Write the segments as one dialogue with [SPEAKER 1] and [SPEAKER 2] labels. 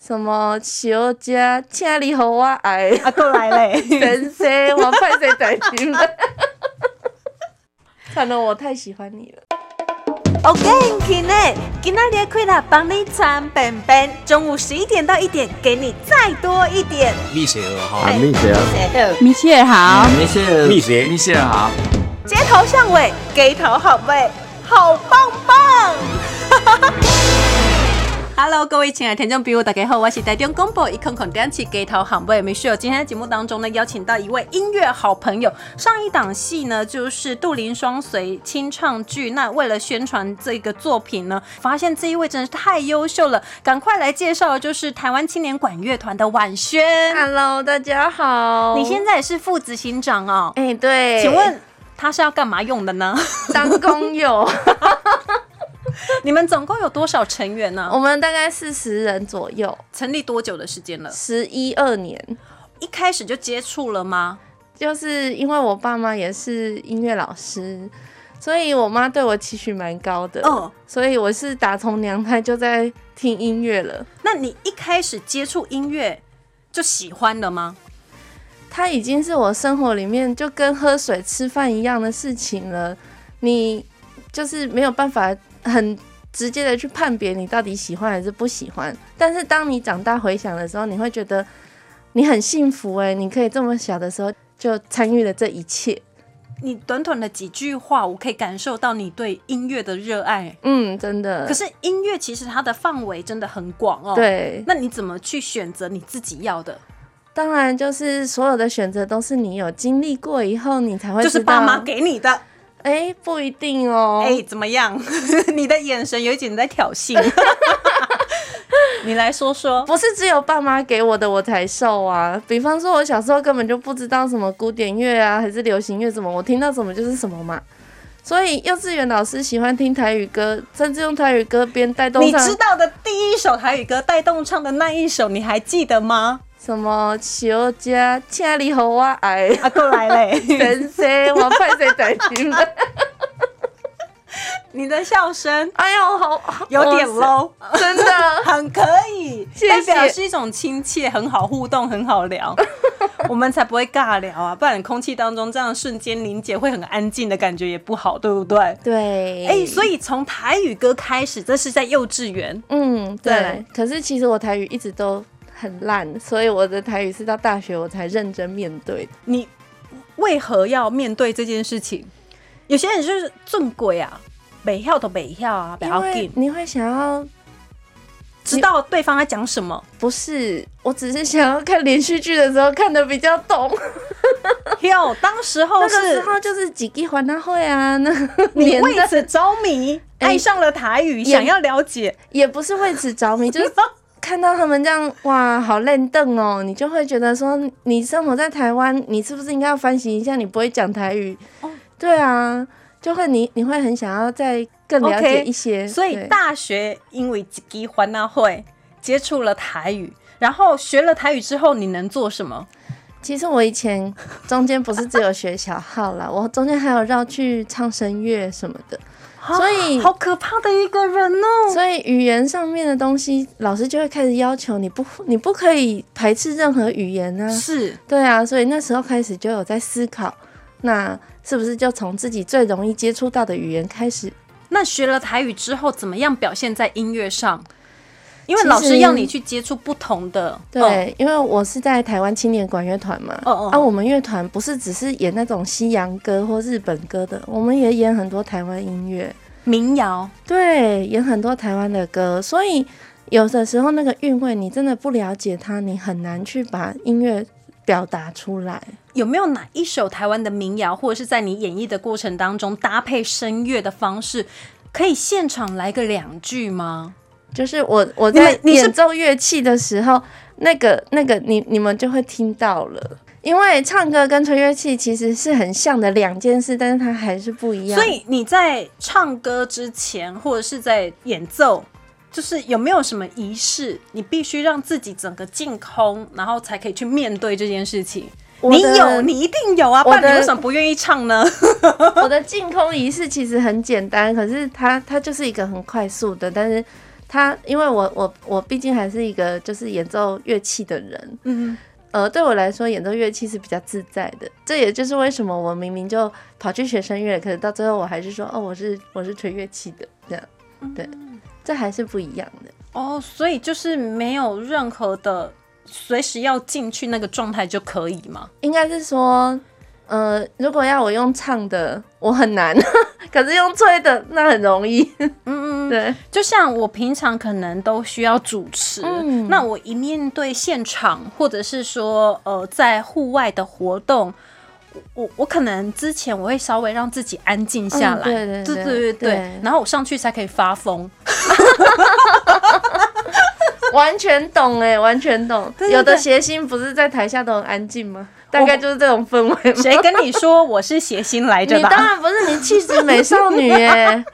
[SPEAKER 1] 什么小姐，请你互我爱，
[SPEAKER 2] 啊，过来 嘞，
[SPEAKER 1] 先生，我派谁在听 了？惨了，我太喜欢你了。
[SPEAKER 2] OK，今天今天的快乐帮你穿本本，中午十一点到一点，给你再多一点。
[SPEAKER 3] 蜜雪儿哈
[SPEAKER 4] 啊，蜜雪儿，
[SPEAKER 5] 米切好，
[SPEAKER 4] 蜜雪儿，
[SPEAKER 3] 蜜雪
[SPEAKER 4] 蜜雪儿好。
[SPEAKER 2] 街头巷尾，街头好味，好棒棒 ！Hello，各位亲爱的听众朋友，大家好，我是台中公播一空空点起街头好味美秀。今天的节目当中呢，邀请到一位音乐好朋友。上一档戏呢，就是杜林双随清唱剧。那为了宣传这个作品呢，发现这一位真的是太优秀了，赶快来介绍，就是台湾青年管乐团的婉轩。
[SPEAKER 1] Hello，大家好。
[SPEAKER 2] 你现在也是副执行长哦，
[SPEAKER 1] 哎、对，
[SPEAKER 2] 请问他是要干嘛用的 呢？
[SPEAKER 1] 当工友，
[SPEAKER 2] 你们总共有多少成员呢、
[SPEAKER 1] 我们大概四十人左右，
[SPEAKER 2] 成立多久的时间了？
[SPEAKER 1] 十一二年，
[SPEAKER 2] 一开始就接触了吗？
[SPEAKER 1] 就是因为我爸妈也是音乐老师，所以我妈对我期许蛮高的。
[SPEAKER 2] 哦，
[SPEAKER 1] 所以我是打从娘胎就在听音乐了。
[SPEAKER 2] 那你一开始接触音乐就喜欢了吗？
[SPEAKER 1] 它已经是我生活里面就跟喝水吃饭一样的事情了。你就是没有办法很直接的去判别你到底喜欢还是不喜欢。但是当你长大回想的时候，你会觉得你很幸福诶、你可以这么小的时候就参与了这一切。
[SPEAKER 2] 你短短的几句话，我可以感受到你对音乐的热爱。
[SPEAKER 1] 嗯，真的。
[SPEAKER 2] 可是音乐其实它的范围真的很广哦。，
[SPEAKER 1] 对，
[SPEAKER 2] 那你怎么去选择你自己要的？
[SPEAKER 1] 当然就是所有的选择都是你有经历过以后，你才会
[SPEAKER 2] 就是
[SPEAKER 1] 知道。
[SPEAKER 2] 爸妈给你的。
[SPEAKER 1] 哎、不一定哦。
[SPEAKER 2] 哎、怎么样？ 你的眼神有一点在挑衅。 你来说说。
[SPEAKER 1] 不是只有爸妈给我的我才受啊。比方说，我小时候根本就不知道什么古典乐啊，还是流行乐什么，我听到什么就是什么嘛。所以幼稚园老师喜欢听台语歌，甚至用台语歌边带动
[SPEAKER 2] 你
[SPEAKER 1] 上
[SPEAKER 2] 知道的第一首台语歌带动唱的那一首，你还记得吗？
[SPEAKER 1] 什么小姐，请你和我爱，
[SPEAKER 2] 啊，过来嘞！
[SPEAKER 1] 先生，我派谁在听了？
[SPEAKER 2] 你的笑声
[SPEAKER 1] 哎呦，好，好
[SPEAKER 2] 有点
[SPEAKER 1] 哇
[SPEAKER 2] low，
[SPEAKER 1] 塞真的。
[SPEAKER 2] 很可以，
[SPEAKER 1] 谢
[SPEAKER 2] 代表
[SPEAKER 1] 谢
[SPEAKER 2] 是一种亲切，很好互动，很好 聊，我们才不会尬聊啊！不然空气当中这样瞬间凝结，会很安静的感觉也不好，对不 对？
[SPEAKER 1] 对，
[SPEAKER 2] 哎、所以从台语歌开始，这是在幼稚园。
[SPEAKER 1] 嗯，对。
[SPEAKER 2] 对
[SPEAKER 1] 可是其实我台语一直都很烂，所以我的台语是到大学我才认真面对的
[SPEAKER 2] 你为何要面对这件事情？有些人就是正鬼啊，北跳都北跳啊，北
[SPEAKER 1] 因
[SPEAKER 2] 要
[SPEAKER 1] 为
[SPEAKER 2] 紧，
[SPEAKER 1] 你会想要，
[SPEAKER 2] 知道对方在讲什么。
[SPEAKER 1] 不是，我只是想要看连续剧的时候看的比较懂。
[SPEAKER 2] 有，当时候
[SPEAKER 1] 那个时
[SPEAKER 2] 哦是
[SPEAKER 1] 候就是几季还他会啊，那个
[SPEAKER 2] 你
[SPEAKER 1] 年
[SPEAKER 2] 为
[SPEAKER 1] 代
[SPEAKER 2] 此着迷，
[SPEAKER 1] 哎
[SPEAKER 2] 爱上了台语，想要了解。
[SPEAKER 1] 也不是为此 着迷，就是看到他们这样哇，好烂瞪哦，你就会觉得说，你生活在台湾，你是不是应该要反省一下，你不会讲台语？
[SPEAKER 2] 哦
[SPEAKER 1] 对啊，就会你你会很想要再更了
[SPEAKER 2] OK，
[SPEAKER 1] 解一些
[SPEAKER 2] 所以
[SPEAKER 1] 对
[SPEAKER 2] 大学因为吉环那啊会接触了台语，然后学了台语之后，你能做什么？
[SPEAKER 1] 其实我以前中间不是只有学小号啦，我中间还有绕去唱声乐什么的，所以
[SPEAKER 2] 啊好可怕的一个人哦！
[SPEAKER 1] 所以语言上面的东西，老师就会开始要求你不你不可以排斥任何语言 啊。
[SPEAKER 2] 是
[SPEAKER 1] 对啊，所以那时候开始就有在思考，那是不是就从自己最容易接触到的语言开始？
[SPEAKER 2] 那学了台语之后，怎么样表现在音乐上？因为
[SPEAKER 1] 其实
[SPEAKER 2] 老师要你去接触不同的，
[SPEAKER 1] 对，
[SPEAKER 2] 哦
[SPEAKER 1] 因为我是在台湾青年管乐团嘛，
[SPEAKER 2] 哦哦
[SPEAKER 1] 啊，我们乐团不是只是演那种西洋歌或日本歌的，我们也演很多台湾音乐。
[SPEAKER 2] 民谣，
[SPEAKER 1] 对，演很多台湾的歌，所以有的时候那个韵味，你真的不了解它，你很难去把音乐表达出来。
[SPEAKER 2] 有没有哪一首台湾的民谣，或者是在你演绎的过程当中搭配声乐的方式，可以现场来个两句吗？
[SPEAKER 1] 就是我我
[SPEAKER 2] 你们
[SPEAKER 1] 在
[SPEAKER 2] 你是
[SPEAKER 1] 演奏乐器的时候，那个那个你你们就会听到了，因为唱歌跟吹乐器其实是很像的两件事，但是它还是不一样。
[SPEAKER 2] 所以你在唱歌之前，或者是在演奏，就是有没有什么仪式，你必须让自己整个净空，然后才可以去面对这件事情。
[SPEAKER 1] 我
[SPEAKER 2] 你
[SPEAKER 1] 的
[SPEAKER 2] 有，你一定有啊，不
[SPEAKER 1] 我的
[SPEAKER 2] 然你为什么不愿意唱 呢？
[SPEAKER 1] 我的净空仪式其实很简单，可是它它就是一个很快速的，但是他因为我我我毕竟还是一个就是演奏乐器的人，
[SPEAKER 2] 嗯，
[SPEAKER 1] 呃，对我来说演奏乐器是比较自在的，这也就是为什么我明明就跑去学声乐，可是到最后我还是说哦，我是我是吹乐器的，这样对，这还是不一样的。
[SPEAKER 2] 哦，所以就是没有任何的随时要进去那个状态就可以吗？
[SPEAKER 1] 应该是说，呃，如果要我用唱的，我很难， 可是用吹的那很容易。嗯嗯， 对，
[SPEAKER 2] 就像我平常可能都需要主持，
[SPEAKER 1] 嗯
[SPEAKER 2] 那我一面对现场，或者是说呃在户外的活动，我我我可能之前我会稍微让自己安静下来，
[SPEAKER 1] 嗯对对对
[SPEAKER 2] 对对对
[SPEAKER 1] 对
[SPEAKER 2] 然后我上去才可以发疯，
[SPEAKER 1] 完全懂哎、完全懂。
[SPEAKER 2] 对对
[SPEAKER 1] 有的
[SPEAKER 2] 对
[SPEAKER 1] 谐星不是在台下都很安静吗？大概就是这种氛围吗？
[SPEAKER 2] 谁跟你说我是谐星来 着
[SPEAKER 1] 你当
[SPEAKER 2] 的？
[SPEAKER 1] 然不是，你气质美少女哎、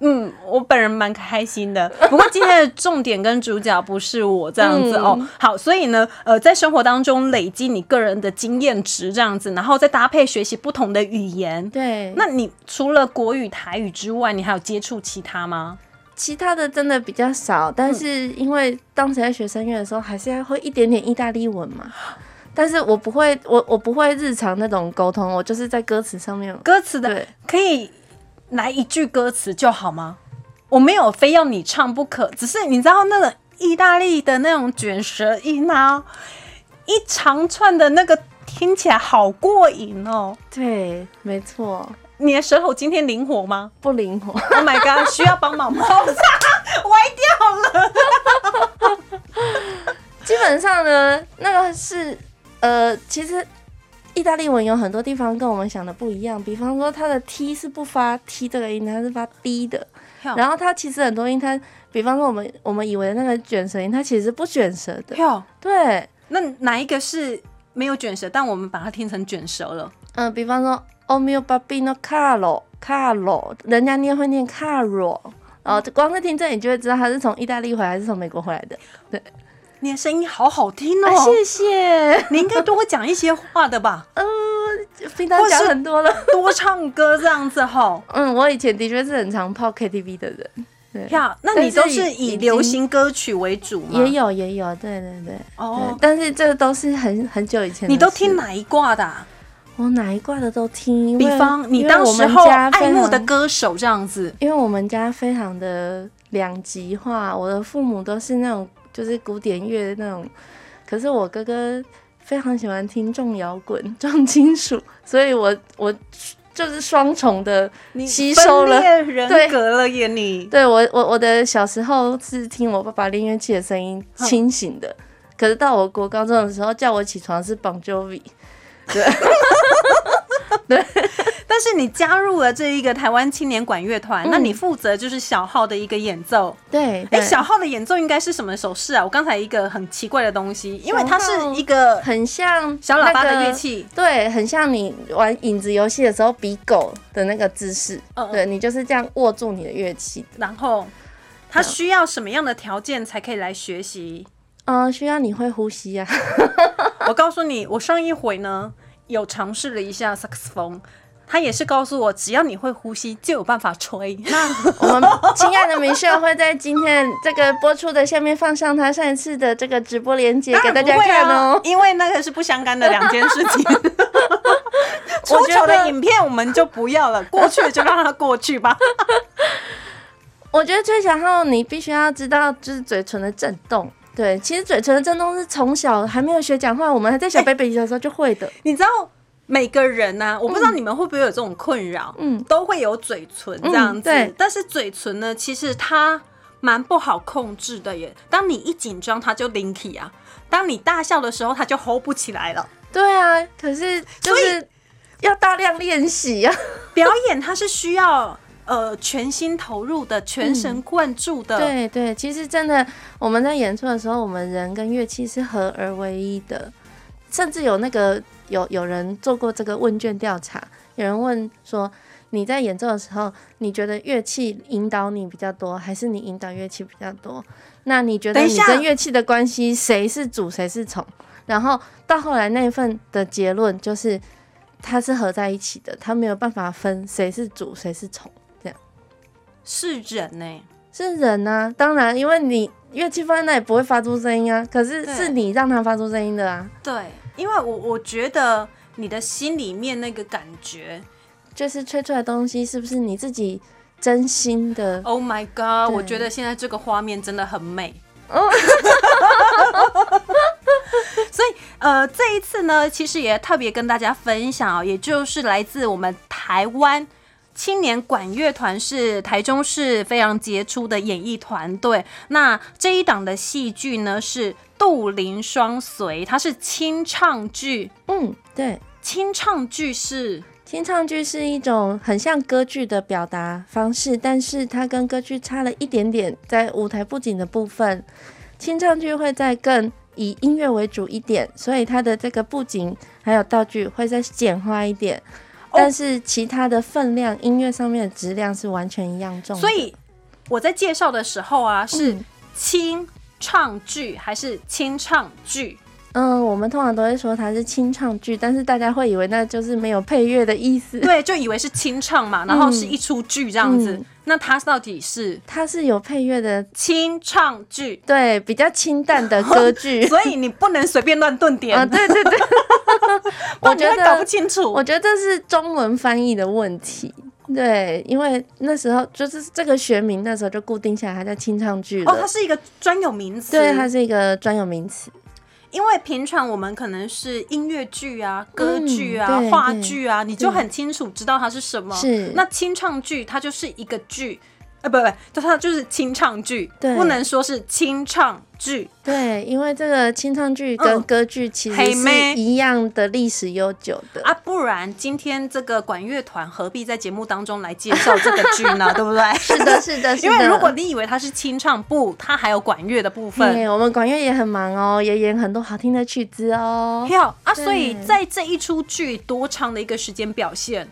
[SPEAKER 2] 嗯，我本人蛮开心的。不过今天的重点跟主角不是我这样子、
[SPEAKER 1] 嗯
[SPEAKER 2] 哦。好，所以呢，呃，在生活当中累积你个人的经验值这样子，然后再搭配学习不同的语 言，
[SPEAKER 1] 对，
[SPEAKER 2] 那你除了国语、台语之外，你还有接触其他吗？
[SPEAKER 1] 其他的真的比较少，但是因为当时在学声乐的时候，还是会一点点意大利文嘛。但是我不会，我我不会日常那种沟通，我就是在歌词上面。
[SPEAKER 2] 歌词的
[SPEAKER 1] 对，
[SPEAKER 2] 可以来一句歌词就好吗？我没有非要你唱不可，只是你知道那个意大利的那种卷舌音啊，一长串的那个听起来好过瘾哦。
[SPEAKER 1] 对，没错，
[SPEAKER 2] 你的舌头今天灵活吗
[SPEAKER 1] 不灵活。
[SPEAKER 2] ？Oh my god，需 要帮忙吗？我操歪掉了。
[SPEAKER 1] 基本上呢，那个是呃，其实意大利文有很多地方跟我们想的不一样，比方说它的 t 是不发 t 这个音，它是发 d 的。然后它其实很多音，它比方说我们我们以为那个卷舌音，它其实是不卷舌的。
[SPEAKER 2] 哟，
[SPEAKER 1] 对，
[SPEAKER 2] 那哪一个是没有卷舌，但我们把它听成卷舌了？
[SPEAKER 1] 嗯、比方说 o mio babino caro caro，人家念会念 caro，哦，光是听这你就会知道它是从意大利回来还是从美国回来的。
[SPEAKER 2] 你的声音好好听哦，
[SPEAKER 1] 啊，谢 谢，
[SPEAKER 2] 你应该多讲一些话 的吧，
[SPEAKER 1] 平常讲很多了。
[SPEAKER 2] 多唱歌这样子吼。
[SPEAKER 1] 嗯，我以前的确是很常泡 KTV 的人，对，
[SPEAKER 2] 呀，那你都是
[SPEAKER 1] 但是已
[SPEAKER 2] 以
[SPEAKER 1] 经
[SPEAKER 2] 流行歌曲为主吗？
[SPEAKER 1] 也有也有，对对对。
[SPEAKER 2] 啊哦
[SPEAKER 1] 对，但是这都是很很久以前的事，
[SPEAKER 2] 你都听哪一挂的啊、
[SPEAKER 1] 我哪一挂的都听，因为
[SPEAKER 2] 比方你
[SPEAKER 1] 因为
[SPEAKER 2] 当
[SPEAKER 1] 我
[SPEAKER 2] 时
[SPEAKER 1] 们
[SPEAKER 2] 候
[SPEAKER 1] 家非
[SPEAKER 2] 爱慕的
[SPEAKER 1] 常
[SPEAKER 2] 歌手这样子，
[SPEAKER 1] 因为我们家非常的两极化，我的父母都是那种就是古典乐那种，可是我哥哥非常喜欢听重摇滚、重金属，所以我 我就是双重的
[SPEAKER 2] 你
[SPEAKER 1] 吸收了。
[SPEAKER 2] 分裂人格了耶你。
[SPEAKER 1] 对我我我的小时候是听我爸爸练乐器的声音清醒的，可是到我国高中的时候叫我起床是 Bon Jovi，
[SPEAKER 2] 但是你加入了这一个台湾青年管乐团，那你负责就是小号的一个演奏。
[SPEAKER 1] 嗯对，
[SPEAKER 2] 哎、
[SPEAKER 1] 对
[SPEAKER 2] 小号的演奏应该是什么手势啊？我刚才一个很奇怪的东西，因为它
[SPEAKER 1] 小号
[SPEAKER 2] 是一个
[SPEAKER 1] 很像
[SPEAKER 2] 小喇叭
[SPEAKER 1] 那
[SPEAKER 2] 的
[SPEAKER 1] 个
[SPEAKER 2] 乐器。
[SPEAKER 1] 对，很像你玩影子游戏的时候比狗的那个姿势，
[SPEAKER 2] 嗯嗯
[SPEAKER 1] 对你就是这样握住你的乐器。
[SPEAKER 2] 然后他需要什么样的条件才可以来学习？
[SPEAKER 1] 嗯、需要你会呼吸 呀、啊。
[SPEAKER 2] 我告诉你，我上一回呢有尝试了一下萨克斯风，他也是告诉我，只要你会呼吸，就有办法 吹。
[SPEAKER 1] 我们亲爱的明秀会在今天这个播出的下面放上他上一次的这个直播连接给大家看
[SPEAKER 2] 当然不会啊
[SPEAKER 1] 哦。
[SPEAKER 2] 因为那个是不相干的两件事 情。出
[SPEAKER 1] 我觉
[SPEAKER 2] 糗
[SPEAKER 1] 得
[SPEAKER 2] 的影片我们就不要了，过去就让它过去吧。
[SPEAKER 1] 我觉得吹小号你必须要知道，就是嘴唇的震动。对，其实嘴唇的震动是从小还没有学讲话，我们还在小 baby 的时候就会的。
[SPEAKER 2] 你知道每个人呢、我不知道你们会不会有这种困扰，
[SPEAKER 1] 嗯
[SPEAKER 2] 都会有嘴唇这样
[SPEAKER 1] 嗯
[SPEAKER 2] 子，
[SPEAKER 1] 对
[SPEAKER 2] 但是嘴唇呢，其实它蛮不好控制的耶。当你一紧张，它就 linky 啊；当你大笑的时候，它就 hold 不起来了。
[SPEAKER 1] 对啊，可是就是要大量练习啊呀、
[SPEAKER 2] 表演它是需要呃全心投入的、全神贯注的。
[SPEAKER 1] 对对，其实真的我们在演出的时候，我们人跟乐器是合而为一的，甚至有那个有有人做过这个问卷调查，有人问说你在演奏的时候，你觉得乐器引导你比较多，还是你引导乐器比较多？那你觉得
[SPEAKER 2] 等一
[SPEAKER 1] 你
[SPEAKER 2] 下
[SPEAKER 1] 跟乐器的关系，谁是主，谁是从？然后到后来那一份的结论就是，它是合在一起的，它没有办法分谁是主，谁是从。
[SPEAKER 2] 是人呢、
[SPEAKER 1] 是人啊，当然，因为你乐器放在那里不会发出声音啊，可是
[SPEAKER 2] 对
[SPEAKER 1] 是你让它发出声音的啊，
[SPEAKER 2] 对，因为我我觉得你的心里面那个感觉
[SPEAKER 1] 就是吹出来的东西是不是你自己真心的？
[SPEAKER 2] ，Oh my God！
[SPEAKER 1] 对
[SPEAKER 2] 我觉得现在这个画面真的很美。
[SPEAKER 1] 哦
[SPEAKER 2] 所以，呃，这一次呢，其实也特别跟大家分享哦，也就是来自我们台湾青年管乐团是台中市非常杰出的演艺团队。那这一档的戏剧呢是《杜林双随》，它是清唱剧。
[SPEAKER 1] 嗯，对，
[SPEAKER 2] 清唱剧是
[SPEAKER 1] 清唱剧是一种很像歌剧的表达方式，但是它跟歌剧差了一点点，在舞台布景的部分，清唱剧会在更以音乐为主一点，所以它的这个布景还有道具会再简化一点。
[SPEAKER 2] 哦
[SPEAKER 1] 但是其他的分量、音乐上面的质量是完全一样重的。
[SPEAKER 2] 所以我在介绍的时候啊，是清唱剧还是清唱剧？
[SPEAKER 1] 嗯，我们通常都会说它是清唱剧，但是大家会以为那就是没有配乐的意思。
[SPEAKER 2] 对，就以为是清唱嘛，然后是一出剧这样子。
[SPEAKER 1] 嗯
[SPEAKER 2] 那它到底是
[SPEAKER 1] 它是有配乐的，
[SPEAKER 2] 清唱剧？
[SPEAKER 1] 对，比较清淡的歌剧。
[SPEAKER 2] 所以你不能随便乱顿 点，
[SPEAKER 1] 啊，对对对，
[SPEAKER 2] 不
[SPEAKER 1] 我
[SPEAKER 2] 然你
[SPEAKER 1] 觉
[SPEAKER 2] 会搞不
[SPEAKER 1] 得，
[SPEAKER 2] 清楚
[SPEAKER 1] 我。觉得这是中文翻译的问题。对，因为那时候就是这个学名，那时候就固定下来，它叫清唱剧了。
[SPEAKER 2] 哦，它是一个专有名词。
[SPEAKER 1] 对，它是一个专有名词。
[SPEAKER 2] 因为平常我们可能是音乐剧啊、歌剧啊、
[SPEAKER 1] 嗯对
[SPEAKER 2] 话剧啊，你就
[SPEAKER 1] 对嗯
[SPEAKER 2] 很清楚知道它是什么。
[SPEAKER 1] 是
[SPEAKER 2] 那清唱剧它就是一个剧，呃，不不，就它就是清唱剧，
[SPEAKER 1] 对
[SPEAKER 2] 不能说是清唱剧。
[SPEAKER 1] 对，因为这个清唱剧
[SPEAKER 2] 嗯
[SPEAKER 1] 跟歌剧其
[SPEAKER 2] 嘿
[SPEAKER 1] 实
[SPEAKER 2] 妹
[SPEAKER 1] 是一样的历史悠久的。
[SPEAKER 2] 啊，不然今天这个管乐团何必在节目当中来介绍这个剧 呢？对不对？
[SPEAKER 1] 是的，是的，是
[SPEAKER 2] 因
[SPEAKER 1] 的。
[SPEAKER 2] 为如果你以为它是清唱，不，它还有管乐的部分。
[SPEAKER 1] 嘿我们管乐也很忙哦，也演很多好听的曲子哦。
[SPEAKER 2] 票啊，
[SPEAKER 1] 对
[SPEAKER 2] 所以在这一出剧多长的一个时间表现？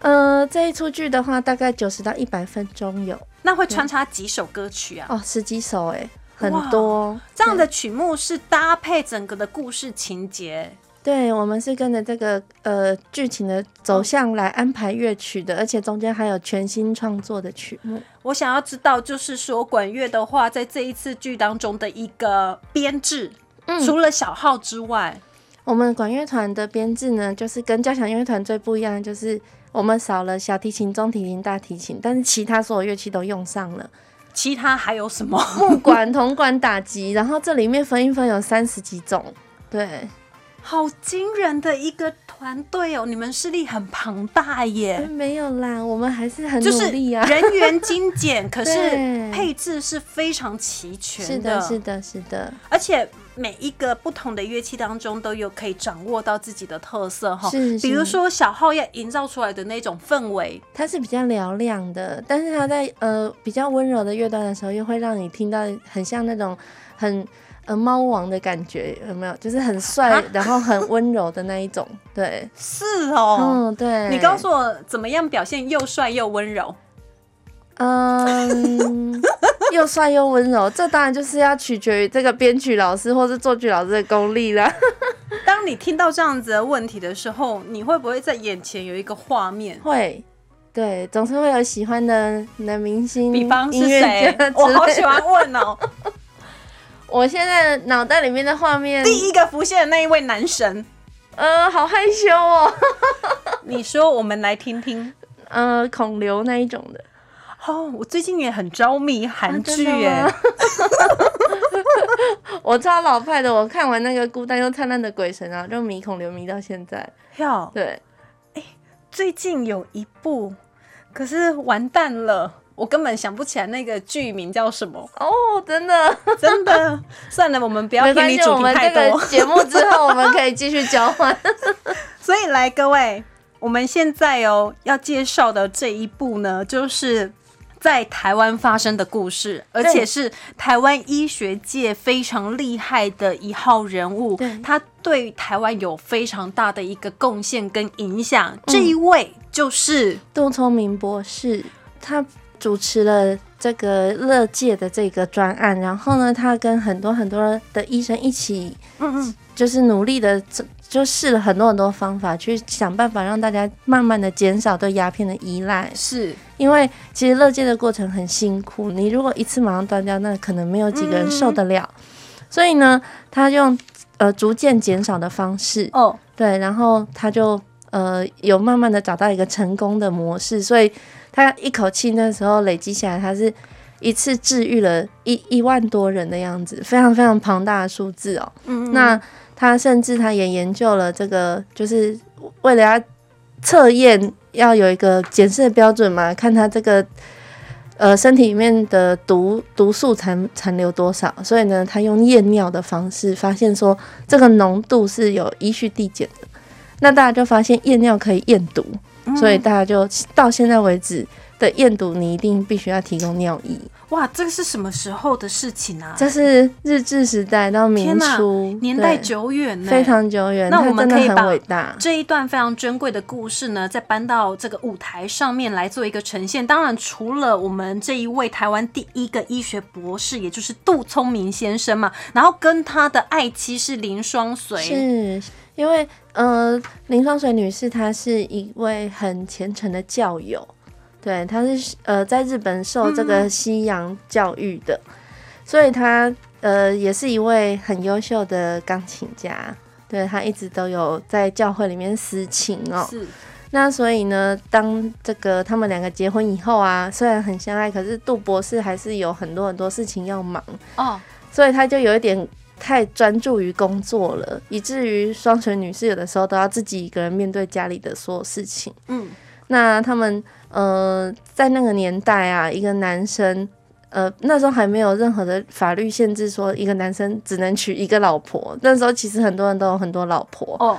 [SPEAKER 1] 呃，这一出剧的话，大概九十到一百分钟有
[SPEAKER 2] 那会穿插几首歌曲啊？
[SPEAKER 1] 哦，十几首哎，很
[SPEAKER 2] 哇
[SPEAKER 1] 多。
[SPEAKER 2] 这样的曲目是搭配整个的故事情节，
[SPEAKER 1] 对，我们是跟着这个呃剧情的走向来安排乐曲的，而且中间还有全新创作的曲目。
[SPEAKER 2] 我想要知道，就是说管乐的话，在这一次剧当中的一个编制，
[SPEAKER 1] 嗯
[SPEAKER 2] 除了小号之外，
[SPEAKER 1] 我们管乐团的编制呢，就是跟交响乐团最不一样，就是我们少了小提琴、中提琴、大提琴，但是其他所有乐器都用上了，
[SPEAKER 2] 其他还有什么？
[SPEAKER 1] 木管、铜管、打击，然后这里面分一分有三十几种。对，
[SPEAKER 2] 好惊人的一个团队哦！你们势力很庞大耶，
[SPEAKER 1] 没有啦，我们还嗯是很
[SPEAKER 2] 就
[SPEAKER 1] 努
[SPEAKER 2] 是
[SPEAKER 1] 力啊。
[SPEAKER 2] 人员精简，可 是
[SPEAKER 1] 对
[SPEAKER 2] 配置是非常齐全
[SPEAKER 1] 是的，是的，是的，
[SPEAKER 2] 而且每一个不同的乐器当中都有可以掌握到自己的特色哈。
[SPEAKER 1] 是
[SPEAKER 2] 比如
[SPEAKER 1] 是
[SPEAKER 2] 说小号要营造出来的那种氛围，
[SPEAKER 1] 它是比较嘹亮的，但是它在呃比较温柔的乐段的时候，又会让你听到很像那种很呃猫王的感觉，有没有？就是很帅
[SPEAKER 2] 啊，
[SPEAKER 1] 然后很温柔的那一种。对，
[SPEAKER 2] 是哦。
[SPEAKER 1] 嗯，对。
[SPEAKER 2] 你告诉我怎么样表现又帅又温柔？
[SPEAKER 1] 嗯，又帅又温柔，这当然就是要取决于这个编曲老师或是作曲老师的功力啦。
[SPEAKER 2] 当你听到这样子的问题的时候，你会不会在眼前有一个画面？
[SPEAKER 1] 会，对，总是会有喜欢的男明星，
[SPEAKER 2] 比方是
[SPEAKER 1] 音乐
[SPEAKER 2] 谁
[SPEAKER 1] 家？之
[SPEAKER 2] 我好
[SPEAKER 1] 类
[SPEAKER 2] 喜欢问哦。
[SPEAKER 1] 我现在脑袋里面的画面，
[SPEAKER 2] 第一个浮现的那一位男神，
[SPEAKER 1] 呃，好害羞哦，
[SPEAKER 2] 你说我们来听听。
[SPEAKER 1] 呃，孔刘那一种的，
[SPEAKER 2] 哦，我最近也很着迷韩
[SPEAKER 1] 真
[SPEAKER 2] 剧
[SPEAKER 1] 的
[SPEAKER 2] 耶。
[SPEAKER 1] 吗我超老派的，我看完那个《孤单又灿烂的鬼神》啊，就迷孔刘迷到现在。
[SPEAKER 2] 哟，
[SPEAKER 1] 对，。
[SPEAKER 2] 最近有一部，可是完蛋了，我根本想不起来那个剧名叫什么
[SPEAKER 1] 哦，真的，
[SPEAKER 2] 真的，算了，我们不要
[SPEAKER 1] 没
[SPEAKER 2] 偏
[SPEAKER 1] 关
[SPEAKER 2] 离
[SPEAKER 1] 系，
[SPEAKER 2] 主
[SPEAKER 1] 我
[SPEAKER 2] 题
[SPEAKER 1] 们
[SPEAKER 2] 太
[SPEAKER 1] 这
[SPEAKER 2] 多
[SPEAKER 1] 个。节目之后，我们可以继续交换。
[SPEAKER 2] 所以来，各位，我们现在哦要介绍的这一部呢，就是。在台湾发生的故事，而且是台湾医学界非常厉害的一号人物
[SPEAKER 1] 对，
[SPEAKER 2] 他对台湾有非常大的一个贡
[SPEAKER 1] 嗯
[SPEAKER 2] 献跟影响。这一位就是
[SPEAKER 1] 杜聪明博士，他主持了这个乐界的这个专案，然后呢，他跟很多很多的医生一起，
[SPEAKER 2] 嗯嗯，
[SPEAKER 1] 就是努力的，就试了很多很多方法，去想办法让大家慢慢的减少对鸦片的依赖。
[SPEAKER 2] 是
[SPEAKER 1] 因为其实乐界的过程很辛苦，你如果一次马上断掉，那可能没有几
[SPEAKER 2] 嗯
[SPEAKER 1] 个人受得了。所以呢，他用呃逐渐减少的方式，
[SPEAKER 2] 哦，
[SPEAKER 1] 对，然后他就呃有慢慢的找到一个成功的模式，所以他一口气那时候累积下来，他是一次治愈了一一万多人的样子，非常非常庞大的数字哦。
[SPEAKER 2] 嗯，嗯
[SPEAKER 1] 那他甚至他也研究了这个，就是为了要测验要有一个检视的标准嘛，看他这个呃身体里面的毒毒素残残留多少，所以呢，他用验尿的方式发现说这个浓度是有依序递减的。那大家就发现验尿可以验毒，
[SPEAKER 2] 嗯
[SPEAKER 1] 所以大家就到现在为止的验毒，你一定必须要提供尿液。
[SPEAKER 2] 哇，这个是什么时候的事情啊？
[SPEAKER 1] 这是日治时代到
[SPEAKER 2] 天
[SPEAKER 1] 明
[SPEAKER 2] 哪
[SPEAKER 1] 初
[SPEAKER 2] 年代
[SPEAKER 1] 对
[SPEAKER 2] 久远呢，
[SPEAKER 1] 非常久远，
[SPEAKER 2] 那
[SPEAKER 1] 它
[SPEAKER 2] 我们
[SPEAKER 1] 真的
[SPEAKER 2] 可以把
[SPEAKER 1] 很伟大。
[SPEAKER 2] 这一段非常珍贵的故事呢，再搬到这个舞台上面来做一个呈现。当然，除了我们这一位台湾第一个医学博士，也就是杜聪明先生嘛，然后跟他的爱妻是林双随，
[SPEAKER 1] 是因为呃，林双水女士她是一位很虔诚的教友，对，她是呃在日本受这个西洋教育的，所以她呃也是一位很优秀的钢琴家。对她一直都有在教会里面私琴哦，
[SPEAKER 2] 是
[SPEAKER 1] 那所以呢，当这个他们两个结婚以后啊，虽然很相爱，可是杜博士还是有很多很多事情要忙，
[SPEAKER 2] 哦，
[SPEAKER 1] 所以他就有一点太专注于工作了，以至于双唇女士有的时候都要自己一个人面对家里的所有事情。
[SPEAKER 2] 嗯，
[SPEAKER 1] 那他们呃，在那个年代啊，一个男生。呃，那时候还没有任何的法律限制，说一个男生只能娶一个老婆。那时候其实很多人都有很多老婆，
[SPEAKER 2] 哦，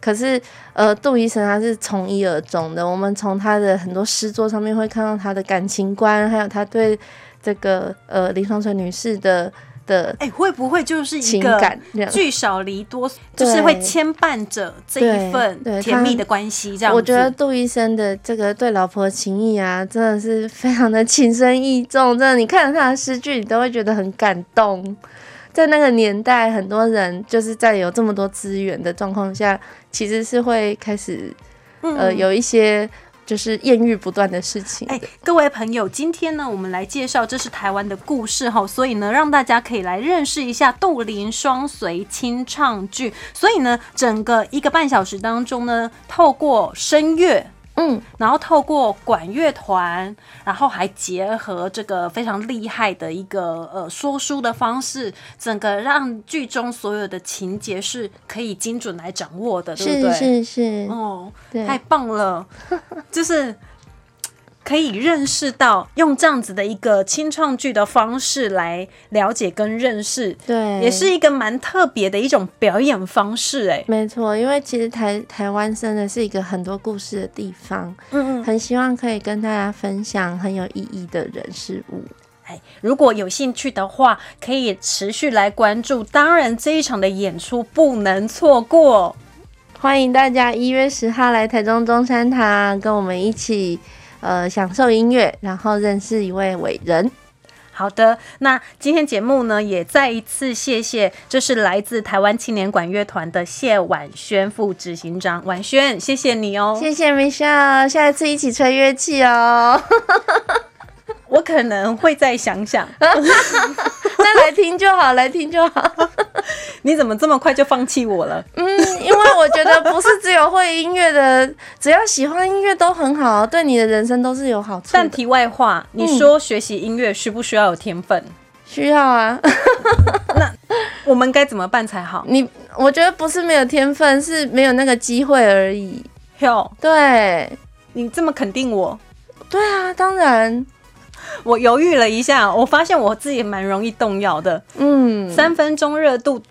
[SPEAKER 1] 可是，呃，杜医生他是从一而终的。我们从他的很多诗作上面会看到他的感情观，还有他对这个呃林双纯女士的的
[SPEAKER 2] 哎，会不会就是一
[SPEAKER 1] 情
[SPEAKER 2] 个
[SPEAKER 1] 感这样。
[SPEAKER 2] 聚少离多，就
[SPEAKER 1] 对
[SPEAKER 2] 是会牵绊着这一份
[SPEAKER 1] 对对
[SPEAKER 2] 甜蜜
[SPEAKER 1] 他
[SPEAKER 2] 的关系？这样子，
[SPEAKER 1] 我觉得杜医生的这个对老婆的情谊啊，真的是非常的情深意重。真的，你看了他的诗句，你都会觉得很感动。在那个年代，很多人就是在有这么多资源的状况下，其实是会开始呃
[SPEAKER 2] 嗯
[SPEAKER 1] 有一些就是艳遇不断的事情的。
[SPEAKER 2] 哎，各位朋友，今天呢，我们来介绍这是台湾的故事哈，所以呢，让大家可以来认识一下杜林双随清唱剧。所以呢，整个一个半小时当中呢，透过声乐。
[SPEAKER 1] 嗯，
[SPEAKER 2] 然后透过管乐团，然后还结合这个非常厉害的一个呃说书的方式，整个让剧中所有的情节是可以精准来掌握的，对不
[SPEAKER 1] 是是
[SPEAKER 2] 对？
[SPEAKER 1] 是，
[SPEAKER 2] 哦，
[SPEAKER 1] 对
[SPEAKER 2] 太棒了， 就是可以认识到用这样子的一个清创剧的方式来了解跟认识，
[SPEAKER 1] 对，
[SPEAKER 2] 也是一个蛮特别的一种表演方式、哎，
[SPEAKER 1] 没错。因为其实台台湾真的是一个很多故事的地方，
[SPEAKER 2] 嗯嗯，
[SPEAKER 1] 很希望可以跟大家分享很有意义的人事物。
[SPEAKER 2] 哎，如果有兴趣的话，可以持续来关注，当然这一场的演出不能错过。
[SPEAKER 1] 欢迎大家一月十号来台中中山堂，跟我们一起呃享受音乐，然后认识一位伟人。
[SPEAKER 2] 好的，那今天节目呢，也再一次谢谢，这是来自台湾青年管乐团的谢婉轩副执行长，婉轩，谢谢你哦，
[SPEAKER 1] 谢谢 Michelle，下一次一起吹乐器 哦。
[SPEAKER 2] 我可能会再想想，
[SPEAKER 1] 那来听就好，来听就好。
[SPEAKER 2] 你怎么这么快就放弃我了？
[SPEAKER 1] 嗯，因为我觉得不是只有会音乐的，只要喜欢音乐都很好，对你的人生都是有好处的。
[SPEAKER 2] 但题外话，你说学习音乐需不需要有天分？
[SPEAKER 1] 需要啊，
[SPEAKER 2] 我们该怎么办才好？
[SPEAKER 1] 你我觉得不是没有天分，是没有那个机会而已。
[SPEAKER 2] 哟，
[SPEAKER 1] 对，
[SPEAKER 2] 你这么肯定我，
[SPEAKER 1] 对啊，当然，
[SPEAKER 2] 我犹豫了一下，我发现我自己蛮容易动摇的。
[SPEAKER 1] 嗯，
[SPEAKER 2] 三分钟热度，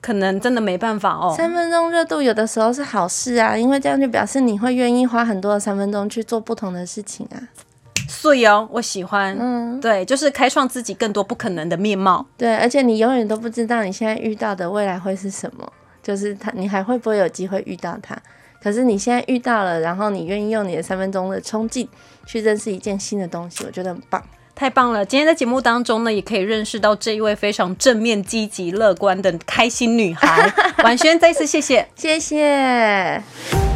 [SPEAKER 2] 可能真的没办法哦。
[SPEAKER 1] 三分钟热度有的时候是好事啊，因为这样就表示你会愿意花很多的三分钟去做不同的事情啊。
[SPEAKER 2] 碎哦，我喜欢。
[SPEAKER 1] 嗯，
[SPEAKER 2] 对，就是开创自己更多不可能的面貌。
[SPEAKER 1] 对，而且你永远都不知道你现在遇到的未来会是什么，就是他，你还会不会有机会遇到他？可是你现在遇到了，然后你愿意用你的三分钟的冲劲去认识一件新的东西，我觉得很棒。
[SPEAKER 2] 太棒了！今天在节目当中呢，也可以认识到这一位非常正面、积极、乐观的开心女孩婉轩。再次谢谢。
[SPEAKER 1] 谢谢。